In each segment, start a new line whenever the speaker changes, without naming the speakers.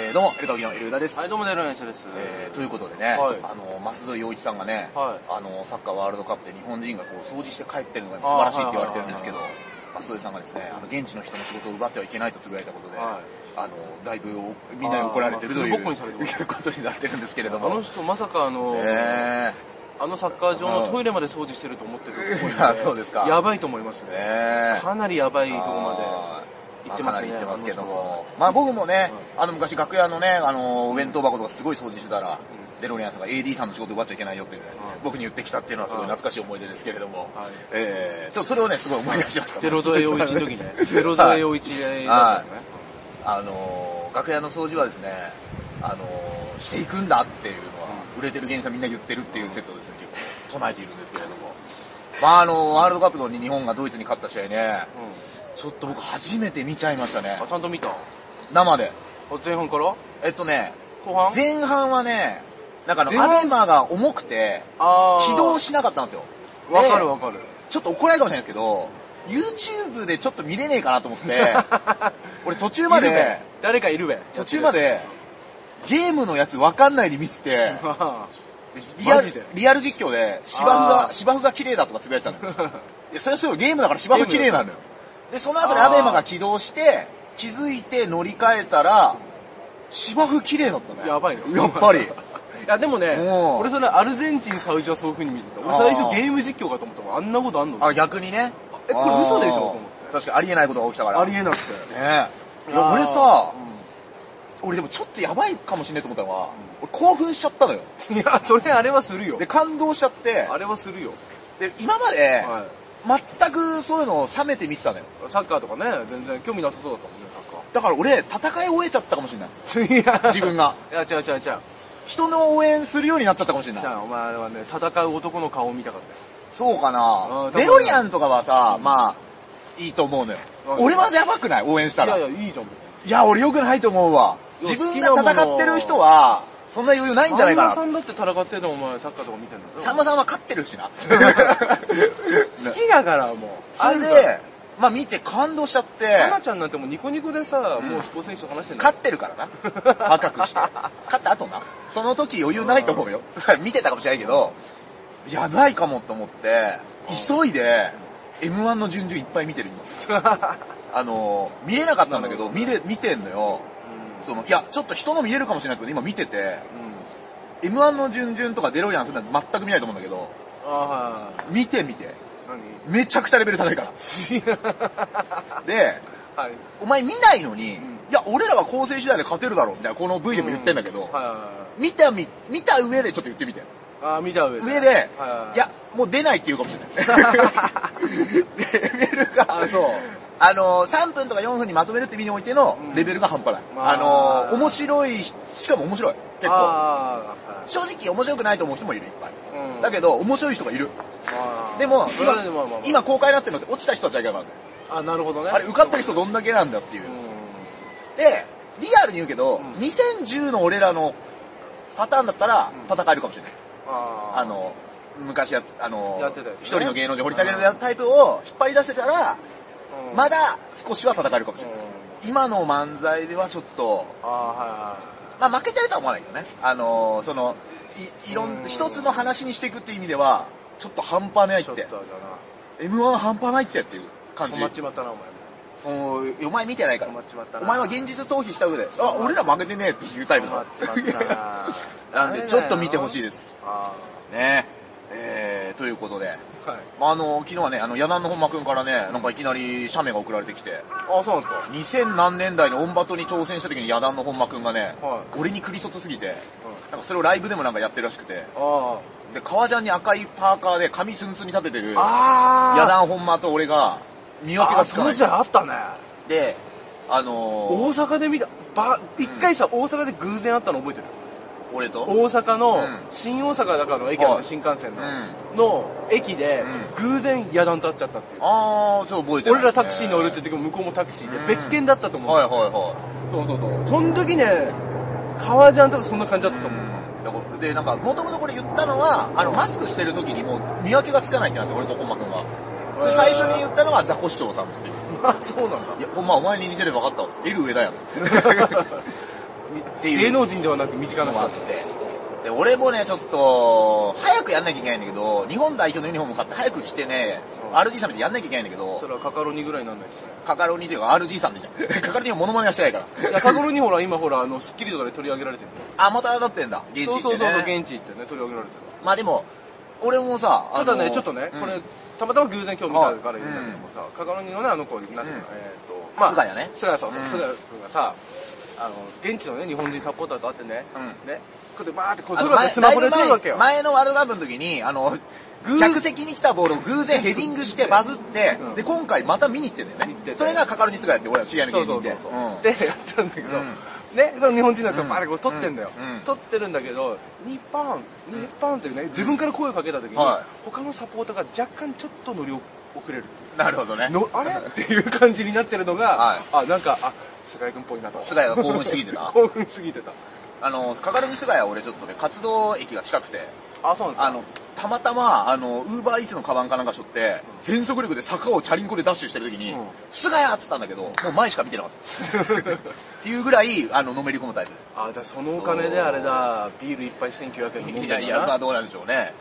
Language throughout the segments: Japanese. えーどうも、エルカギのエルウダです。
はい、どうも、ネロネシです。
えーということでね、
はい
あの、増田洋一さんがね、
は
あの、サッカーワールドカップで日本人がこう、掃除して帰ってるのが素晴らしいって言われてるんですけど
あーは、
増田さんがですね、あの、現地の人の仕事を奪ってはいけないとつぶやいたことで、
は
あの、だいぶおみんなに怒られてるとい
あ
う、
ーまあボッコにされてます
ことになってるんですけれど
あの
も、
人、まさかあの、
え
あのサッカー場のトイレまで掃除してると思ってるっぽいん
あそうですか
やばいと思います
ー、
ね。
ね
かなりやばいとこま
あー
行って
まあ
ます
かな
ね
り行ってますけども。まあ僕もね、あの昔楽屋のね、あの、お弁当箱とかすごい掃除してたら、デロリアンさんが AD さんの仕事奪っちゃいけないよってね、僕に言ってきたっていうのはすごい懐かしい思い出ですけれども、
はい
えーちょっとそれをね、すごい思い出しました。。
で。ゼロ添え陽一の時ね ゼロ添え陽一でだったんですね。
あのー楽屋の掃除はですね、あのーしていくんだっていうのは、売れてる芸人さんみんな言ってるっていう説をですね、結構唱えているんですけれども。まああのーワールドカップの日本がドイツに勝った試合ね、ちょっと僕初めて見ちゃいましたね
うん。あ、。ちゃんと見た。あ
生で。
前半から後
えっとね、
半
前半はね、なんかあ
前
の、
半
アベマが重くて、
あー
起動しなかったんですよ。
わかる
で
わかる。
ちょっと怒られるかもしれないですけど、YouTube でちょっと見れねえかなと思 って、俺途中ま
いる
で
べ、誰かいるべ。
途中まで、ゲームのやつわかんないで見てて、
やってる。
リア
マ
ル
ジで、
リアル実況で、芝生
あ
が、
ー
芝生が綺麗だとかつぶやいてたのよ。 いや、それはそうよゲームだから芝生綺麗なのよ。で、その後に
あー
アベマが起動して、気づいて乗り換えたら、芝生綺麗だったね。
や ばいよ
やっぱり。
いやでもね、
うん
俺それアルゼンチン、サウジはそういう風に見てた。俺最初ゲーム実況かと思ったもん。あんなことあんの
あ、逆にね。
えこれ嘘で
あー
しょと思って
確かにありえないことが起きたから。
ありえなくて。
ねえ。いや、俺さ、俺でもちょっとやばいかもしれないと思ったのは、俺興奮しちゃったのよ。
うんいや、それあれはするよ
で、。感動しちゃって、
あれはするよ。
で、今まで、
はい。
全くそういうのを冷めて見てたのよ。
サッカーとかね、全然興味なさそうだったもんね、サ
だから俺、戦い終えちゃったかもしれない。
ッカー。いや、
自分 が。
いや、違う違う違う。じゃ
人の応援するようになっちゃったかもしれない。
あ、お前はね、戦う男の顔を見たかったよ。
そうかな
うん
デロリアンとかはさ、まあ、いいと思うのよ。
うん
俺はやばくない応援したら。
い
いや
やいや、いいじゃん、別に。
俺良くないと思うわ。
いや
自分が戦ってる人は、そんな余裕ないんじゃないか
さ
な。
んまさんだって戦ってんのお前、サッカーとか見てんだろ。
さんまさんは勝ってるしな。
好きだから、もう。
それ
あるか
で、まあ見て感動しちゃって、
ら、かなちゃんなんてもうニコニコでさ、もうスポーツ選手と話してんだよ
勝ってるから な。若くして。勝った後な。その時余裕ないと思うよ。見てたかもしれないけど、やばいかもと思って、急いで、M1 の順々いっぱい見てる今。 あの、見れなかったんだけど、見れ、見てんのよ。その、いや、ちょっと人の見れるかもしれないけど、今見てて、
うん。うん。
M1 の順々とかデロリアン普段全く見ないと思うんだけど、
あは
見てみて。
い。何
めちゃくちゃレベル高いから。 で、
はい。
お前見ないのに、
ん
いや、俺らは構成次第で勝てるだろ、みたいな、この V でも言ってんだけど、
はいはいはい。
見たみ、見た上でちょっと言ってみて。
あー、見た上で。
上で
はいは、い。
いや、もう出ないって言うかもしれ ない。レベルが、
あ、そう。
あのー、3分とか4分にまとめるって意味においての
うん
レベルが半端ない。
まあ
あのー、面白い、しかも面白い。結構。
あ
正直面白くないと思う人もいる、いっぱい。
ーはい。うん
だけど、面白い人がいる。
あー
でも、
それ
今
はねまあまあま、あ
今公開になってるのって落ちた人たちはいかがなんだよ。
あ、なるほどね。
あれ、受かってる人どんだけなんだっていう
う。
で、リアルに言うけど、
ん
2010の俺らのパターンだったら戦えるかもしれない。
あー
あの、昔やつ、あの
やってたや、つね
一人の芸能人掘り下げるタイプを引っ張り出せたら、
うん
まだ少しは戦えるかもし
う
れ
ん
ない。今の漫才ではちょっと、
あーは
まあ負けてるとは思わないけどね。あの、その、い、いろ、
うんん
一つの話にしていくって意味では、ちょっと半端ない
いはい。
っ
ちょ
て
っ。とあれだな。
M1 半端ないってっていう感じ
染。まっちまったな、お前。
その、お前見てないから
染ま。っちまったな。
お前は現実逃避した上で、あ、俺ら負けてねえっていうタイプ
染ま
だ。
っ。ちまったな
なんで、ちょっと見てほしい
い。
です。
あ
ねえ。えー、ということで。
ーはい。
まあ、あの、昨日はね、あの、矢田の本間くんからね、なんかいきなり写メが送られてきて、
あ、そうなんですか。
2000何年代のオンバトに挑戦した時に矢田の本間くんがね、
は
俺にクリソツすぎて、なんかそれをライブでもなんかやってるらしくて、
あ
で、革ジャンに赤いパーカーで髪ツンツンに立ててる、
あ。
矢
ああ。
田の本間と俺が、見分けがつか
あ
な
その時代
い。
あったね。
で、あの
大阪で見た、ば、一回さ、大阪で偶然あったの覚えてる
ー、俺と、
大阪の
うん、
新大阪だからの駅ある
は
ね
い
新幹線の
う。
の駅で、偶然野団と会っちゃったっていう。
あー、ちょっと覚えてない
俺
で
ら
すね、
タクシー乗るって時も向こうもタクシーで、
うん
別件だったと思う。
はいはいはい。
そうそうそう。その時ね、革ジャンとかそんな感じだった と思う。
だからで、なんか、もともとこれ言ったのは、あの、マスクしてる時にもう見分けがつかないってなって、俺と本間くんは。それ最初に言ったのがザコシショウさんっていう。
あ、そうなんだ。
いや、本間お前に似てれば分かったわ。エル上だよ。っていう
芸能人ではなく身近な
のがあっ
人
て。で、俺もね、ちょっと、早くやんなきゃいけないんだけど、日本代表のユニフォーム買って早く着てね、
うん
RG さんでやんなきゃいけないんだけ
そ
ど、
れはカカロニぐらいなんないですね
カカロニというか RG さんでじゃ ん。カカロニはモノマネはしてないから。
いやカカロニほら今ほらあの『スッキリ』とかで取り上げられてる
あ、またなってんだ。現地
そ
行
う
ってね。
そうそうそう現地行ってね取り上げられてる
まあでも、俺もさ、あ
た
の
だねちょっとねこれたまたま偶然今日見たから言うんだけどもさカカロニのねあの子なんていうの
うん
えっと
菅谷ね
菅谷さんそう
うん
菅谷君がさあの現地のね日本人サポーターと会ってね
う
ねこうやってバーってこう
あ
撮
の
るわけ
前
スマホで撮るわけ
だいぶ
よ
前前のワールドカップの時に、あの、
偶
客席に来たボールを偶然ヘディングしてバズって、
うん
で、今回また見に行ってんだよね
見に行って。て
それがカカロニ菅谷って俺ら知り合いの
そ
芸
う
人
そうそ
で
う。そう
うん
でやってたんだけど、
うん
ね、その日本人の人が
うん
バーッてこう撮ってんだよ、
うん
撮ってるんだけど日本日本っていうね自分から声をかけた時に、
は
他のサポーターが若干ちょっと乗り遅れる
なるほどね。
のあれっていう感じになってるのが、
はい
あなんかあ菅井君っぽいなと
菅谷が興奮しすぎてな。
興奮しすぎてた
あの、カカロニ菅谷は俺ちょっとね、活動駅が近くて、
あそうなんですか
あの、たまたま、あの、ウーバーイーツのカバンかなんかしょって、全速力で坂をチャリンコでダッシュしてる時に
うん、
菅谷って言ったんだけど、もう前しか見てなか った。っていうぐらい、あの、のめり込むタイプ。
あじゃあそのお金であれだビール一杯1900円飲んで
い
んだ
や
ない
や、まあどうなんでしょうね。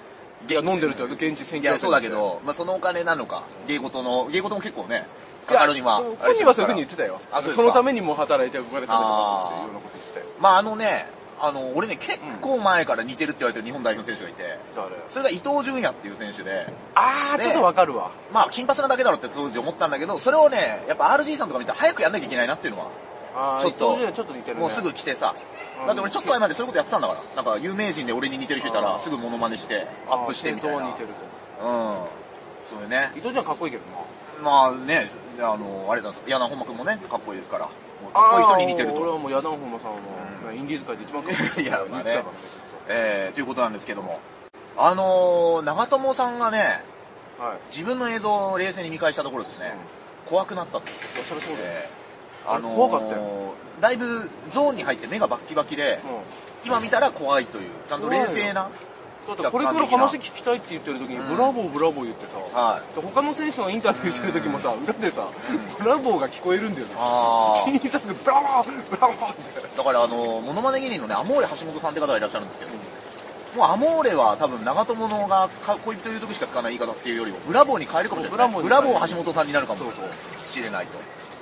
いや飲んでるって現地1900円
いや、そうだけど、まあそのお金なのか、芸事の、芸事も結構ね、
いや
カカロニは。
本人はそういうふうに言ってたよ
あそうですか
のためにもう働いてお金食べてますっていうようなこと言ってたよ
まああのね、あの、俺ね、結構前から似てるって言われてる日本代表の選手がいて、
誰
それが伊東純也っていう選手で、
あー、
ね
ちょっとわかるわ。
まあ金髪なだけだろって当時思ったんだけど、それをね、やっぱ RG さんとか見たら早くやんなきゃいけないなっていうのは、
あー
ちょっと
伊藤純也ちょっと似てるね。
もうすぐ来てさ
う。ん
だって俺ちょっと前までそういうことやってたんだから、なんか有名人で俺に似てる人いた
あ
ら
ー
すぐモノマネして、アップしてみたい
あー
な。
伊藤は似てると。
うん。そういうね
伊。藤純也かっこいいけどな。
まあね、あの、あれなんですよ。矢野本間くんもね、かっこいいですから。もうかっこいい人に似てる
あー俺は
と。
もうヤダンホマさんはもう、インディーズ界で一番かっこいいっ て
い
言
や
ってた
ま
か
あ
ら
ね
ね。
えー、ということなんですけども。あのー、長友さんがね、
はい。
自分の映像を冷静に見返したところですね、怖くなったと。
いや、それそうだよ。
えー
あれ怖かったよ
だいぶゾーンに入って目がバッキバキで、
うん。
今見たら怖いという、ちゃんと冷静な。
だってこれから話聞きたいって言ってる時に、
うん
ブラボーブラボー言ってさ、
は
で他の選手のインタビューしてる時もさ、裏でさ、ブラボーが聞こえるんだよね。
あー
小さくブラボーブラボーって。
だからあの、モノマネ芸人のね、アモーレ橋本さんって方がいらっしゃるんですけど、もうアモーレは多分長友のがかっこいいという時しか使わない言い方っていうよりも、ブラボーに変えるかもしれないですね。
ブ
ブ
ラ
ラ
ボーに変える
ボー橋本さんになるかも
そうそう。
しれないと。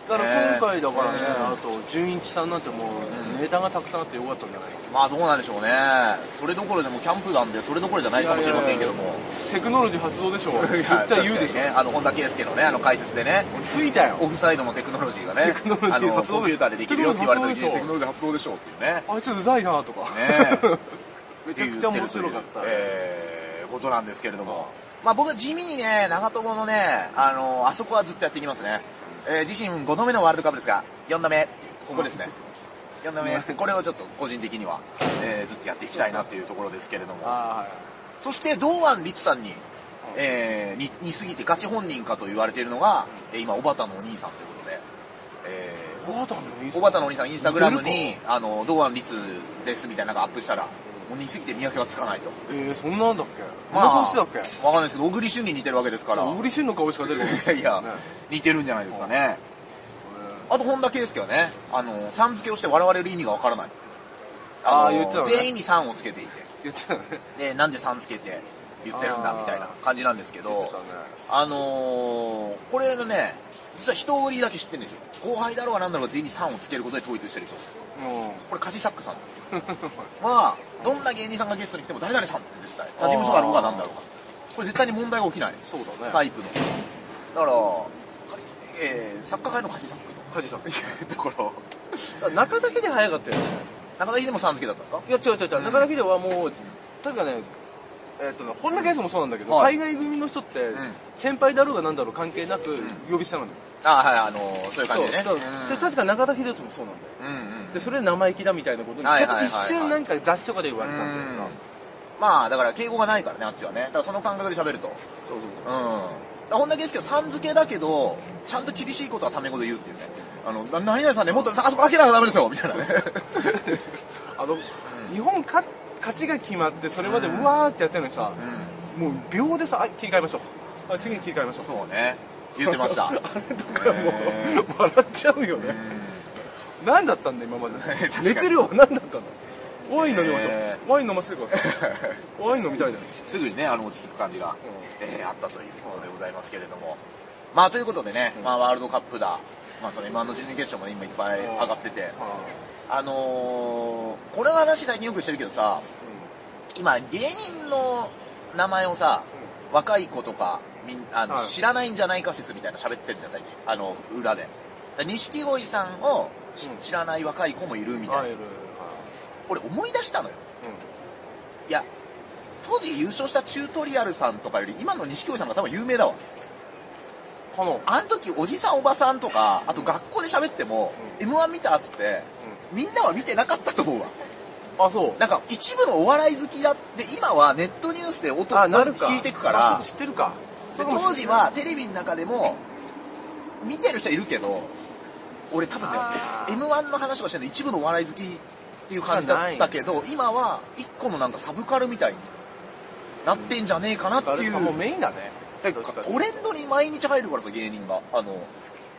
だから今回だからね、
ね
あと純一さんなんてもうネタがたくさんあってよかったんじゃない
まあどうなんでしょうね。それどころでもキャンプなんで、それどころじゃないかもしれませんけども。
テクノロジー発動でしょ
いや
絶対言うで
確か
し
にね。あの、本田圭佑のね、あの解説でね、
ょ吹いたよ
オフサイドのテクノロジーがね、
テクノロジー
あの、
発動
コンピューターでできるよって言われた時に
テ
テ
ク
ク
ノ
ノロジー発動でしょうっていうね。
あいつうざいなとか
ねえ
めちゃくちゃ面白かった
えーことなんですけれども。まあ僕は地味にね、長友のね、あのあそこはずっとやっていきますね。えー自身5度目のワールドカップですが、4度目、ここですね。4度目、これをちょっと個人的には、えーずっとやっていきたいなというところですけれども。
あ
そして、堂安律さんに、えー、に、にすぎてガチ本人かと言われているのが、えー今、小畑のお兄さんということで、えー
あ小畑のインスタ
小畑のお兄さんインスタグラムに、あの、堂安律ですみたいなのがアップしたら、もう似すぎて見分けがつかないと。
えー、そんなんだっけ
ま
まあ
わ
だっ
か
け
んないですけど、小栗旬に似てるわけですから。
小栗旬の顔しか出てこない
いやいや
ね、
似てるんじゃないですかね。あと、本田圭佑はね、あの、さん付けをして笑われる意味がわからない。
あ
の
ー言ってたのね
全員にさんをつけていて、
言ってたね
で、なんでさんつけて言ってるんだ
あー
みたいな感じなんですけ
言 っ
ど
て、たね
あのー、これのね、実は一人だけ知ってるんですよ。後輩だろうが何だろうが全員にさんをつけることで統一してる人。
うん
これカジサックさん。まあ、どんな芸人さんがゲストに来ても誰々さんって絶対。他事務所だろうが何だろうが。これ絶対に問題が起きない。
そうだね
タ
はい
イプの。だから、かえー、作家界のカジサックの。
梶さん
だから、
中だけで早かったよね
中田秀もさん付けだったんですか
いや違う違う違う中だけではもう確かねえーっとね、本田圭佑もそうなんだけど、
はい
海外組の人って、
ん
先輩だろうが何だろう関係なく
ん
呼び捨てなんだよ、
あーはい、あのー、そういう感
そう
じでね。
そうで確か中田秀人もそうなんだよ
うんうん
でそれで生意気だみたいなことにちょっ
は
と
いはいはいはい
一瞬なんか雑誌とかで言われたんだよな
うんまあ、だから敬語がないからね、あっちはね。だからその感覚で喋ると。
そうそう
うん。だから本田圭佑はさん付けだけど、ちゃんと厳しいことはタメ語で言うっていうね。あの、な何々さんね、もっとさあそこ開けなきゃダメですよみたいなね。
あの、日本か勝ちが決まってそれまでうわーってやってるのにさ、
う
もう秒でさあ切り替えましょうあ次に切り替えましょ
ん。
う
そうね。言ってました。
あれとかもう、
へ
笑っちゃうよね、何だったんだ今まで
確かに
熱量は何だったんだワイン飲みましょ
え
うワイン飲ませてく ださいワイン飲みたいじゃないです
すぐにね、あの、落ち着く感じが、えーあったということでございますけれども。まあ、ということでね、まあ、ワールドカップだ。まあ、その今の準々決勝もね今いっぱい上がってて。
か
あのー、これの話最近よくしてるけどさ、今、芸人の名前をさ、若い子とか、みんあの、
はい
知らないんじゃないか説みたいなの喋ってるんだよ、最近。あの、裏で。だから錦鯉さんを知
うん
知らない若い子もいるみたいな。
はいうん
俺思い出したのよ。いや、当時優勝したチュートリアルさんとかより、今の錦鯉さんが多分有名だわ。
この
あの時、おじさんおばさんとか、あと学校で喋っても、M1 見たっつって、みんなは見てなかったと思うわ。
あそう
なんか一部のお笑い好きだって、今はネットニュースで音
あ
を
なるか
聞いてくか
あ
ら
知、ってるか
で当時はテレビの中でも、見てる人いるけど、俺多分ね
あ、ー
M1 の話をしてるの一部のお笑い好きっていう感じだったけど、今は一個のなんかサブカルみたいになってんじゃねえかなって
あ
い
れ
う。
かもうメインだね
だからトレンドに毎日入るからさ、芸人が。あの、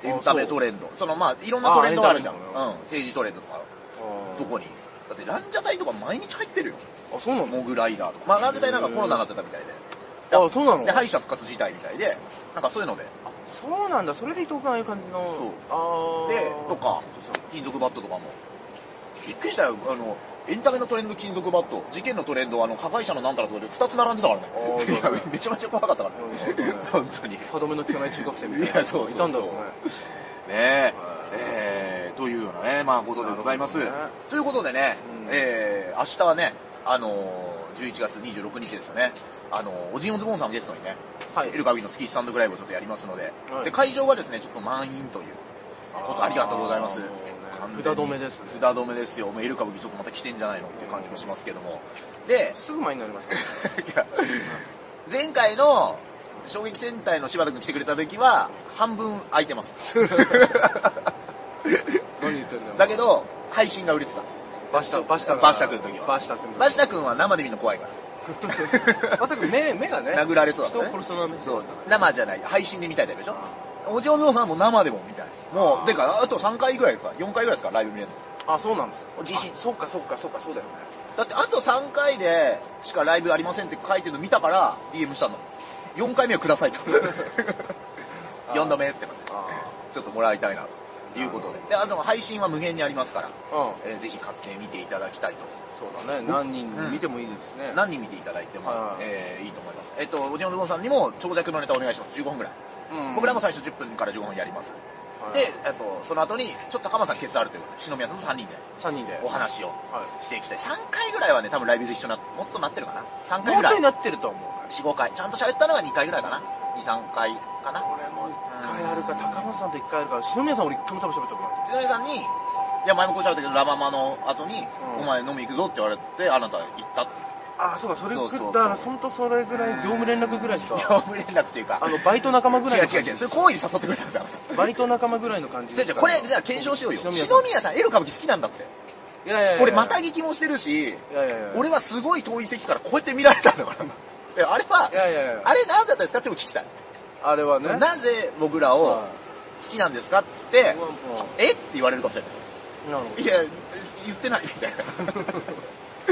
エンタメトレンド。そのまあ、いろんなトレンドがあるじゃん。う
あ
ん
エンタメトレンド。
政治トレンドとか、
あー
どこに。だってランジャタイとか毎日入ってるよ。
あそうなの
モグライダーとか。まあ、ランジャタイなんかコロナになっちゃったみたいで。
あそうなの
で、敗者復活自体みたいで、なんかそういうので、
そうなんだそれで伊藤君ああいう感じの
そう
ああ
でとか金属バットとかも。びっくりしたよ。あの、エンタメのトレンド金属バット、事件のトレンド、あの、加害者のなんたらとかで2つ並んでたから
あ
ね。
ー
いや、めちゃめちゃ怖かったからね
うん。
本当に。
歯止めの効かない中学生みたいない
やそうそうそう
たんだろうね
ねええーというようなね、まあ、ことでございます。
なるほどね
ということでね、
うん
えー、明日はね、あのー、11月26日ですよね、あのー、オジンオズボーンさんゲストにね、
はい
エルカビの月1サンドぐらいをちょっとやりますので、
はい
で、会場がですね、ちょっと満員という。ことありがとうございます。
あーもうね
完全に
札止めですね
札止めですよ。もうエルカブキちょっとまた来てんじゃないのっていう感じもしますけども。で、
すぐ前になりますからね
いや前回の衝撃戦隊の柴田君来てくれた時は、半分空いて ます。
何言ってんだよ
だけど、配信が売れてた。
バシタバシタが
バシタ君の時は。
バシタ君
バシタ君は生で見るの怖いから。
バシタ君目目がね
殴られそうだった
人を
ね。
殺すのは目
そう、生じゃない。配信で見たいタイプでしょお嬢さんはもう生でも見たい。も
あー
う、てか、あと3回ぐらいか、4回ぐらいですか、ライブ見れるの。
あそうなんですよ
自信
あそうかそうかそうかそうだよね
だって、あと3回でしかライブありませんって書いてるの見たから、DM したの。4回目をください と。4度目って感じ。
あ
ちょっともらいたいな、ということで。で、あの、配信は無限にありますから、
あうん
えーぜひ買ってみていただきたいと。
そうだね何人見てもいいですね
何人見ていただいても、
はい
えーいいと思います。えっと、おじのズボンさんにも長尺のネタお願いします。15分ぐらい。
うん
僕らも最初10分から15分やります。
はい
で、えっと、その後に、ちょっと浜さんケツあるということで、篠宮さんと3人で
3人で
お話を
はい
していきたい。3回ぐらいはね、多分ライブで一緒な、もっとなってるかな。3回ぐ
もうち
ら
ょい
い。
なってると思う
4、5回。ちゃんと喋ったのが2回ぐらいかな。2、3回かな。
俺も1回あるか高松さんと1回あるから篠宮さん俺1回も多分喋ったことない
篠宮さんに、いや、前もこう喋ったけど、ラママの後に、
うん
お前飲み行くぞって言われて、あなた行ったって。
ああそうかそれ
そ
食
うそうそう
ったら本当それぐらい業務連絡ぐらいし
業
か
務連絡っていうか
あ、のバイト仲間ぐら
違
いう
違
の
う
感
違
じ
う、それ行為で誘ってくれたんですよ。
バイト仲間ぐらいの感じ
じゃあじゃあこれ、じゃあ検証しようよ。篠宮さん、エロ歌舞伎好きなんだって。
いやいやいや
俺、また聞きもしてるし、
いやいやいや、
俺はすごい遠い席からこうやって見られたんだから。であれはい
やいやいや
あれ何だったんですかっても聞きたい。
あれはね
なぜ僕らを
は
好きなんですかっつって
うわもう、
えって言われるかもしれない
なるほ
い。いや、言ってないみたいな。
ど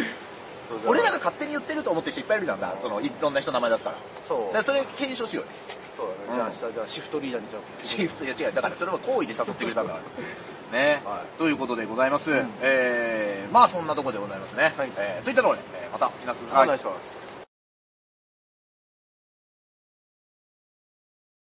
俺らが勝手に言ってると思ってる人いっぱいいるじゃんだ。その、いろんな人の名前出すから。
そう
だからそれ検証しようよ。
そうだねじゃあ明日じゃあシフトリーダーにじゃあ
シフト、いや違う、だからそれは好意で誘ってくれたん だから。ね、
はい
ということでございます。えー、まあそんなとこでございますね。
はい
えーといったところで、えーまた、ひなつ
お願いします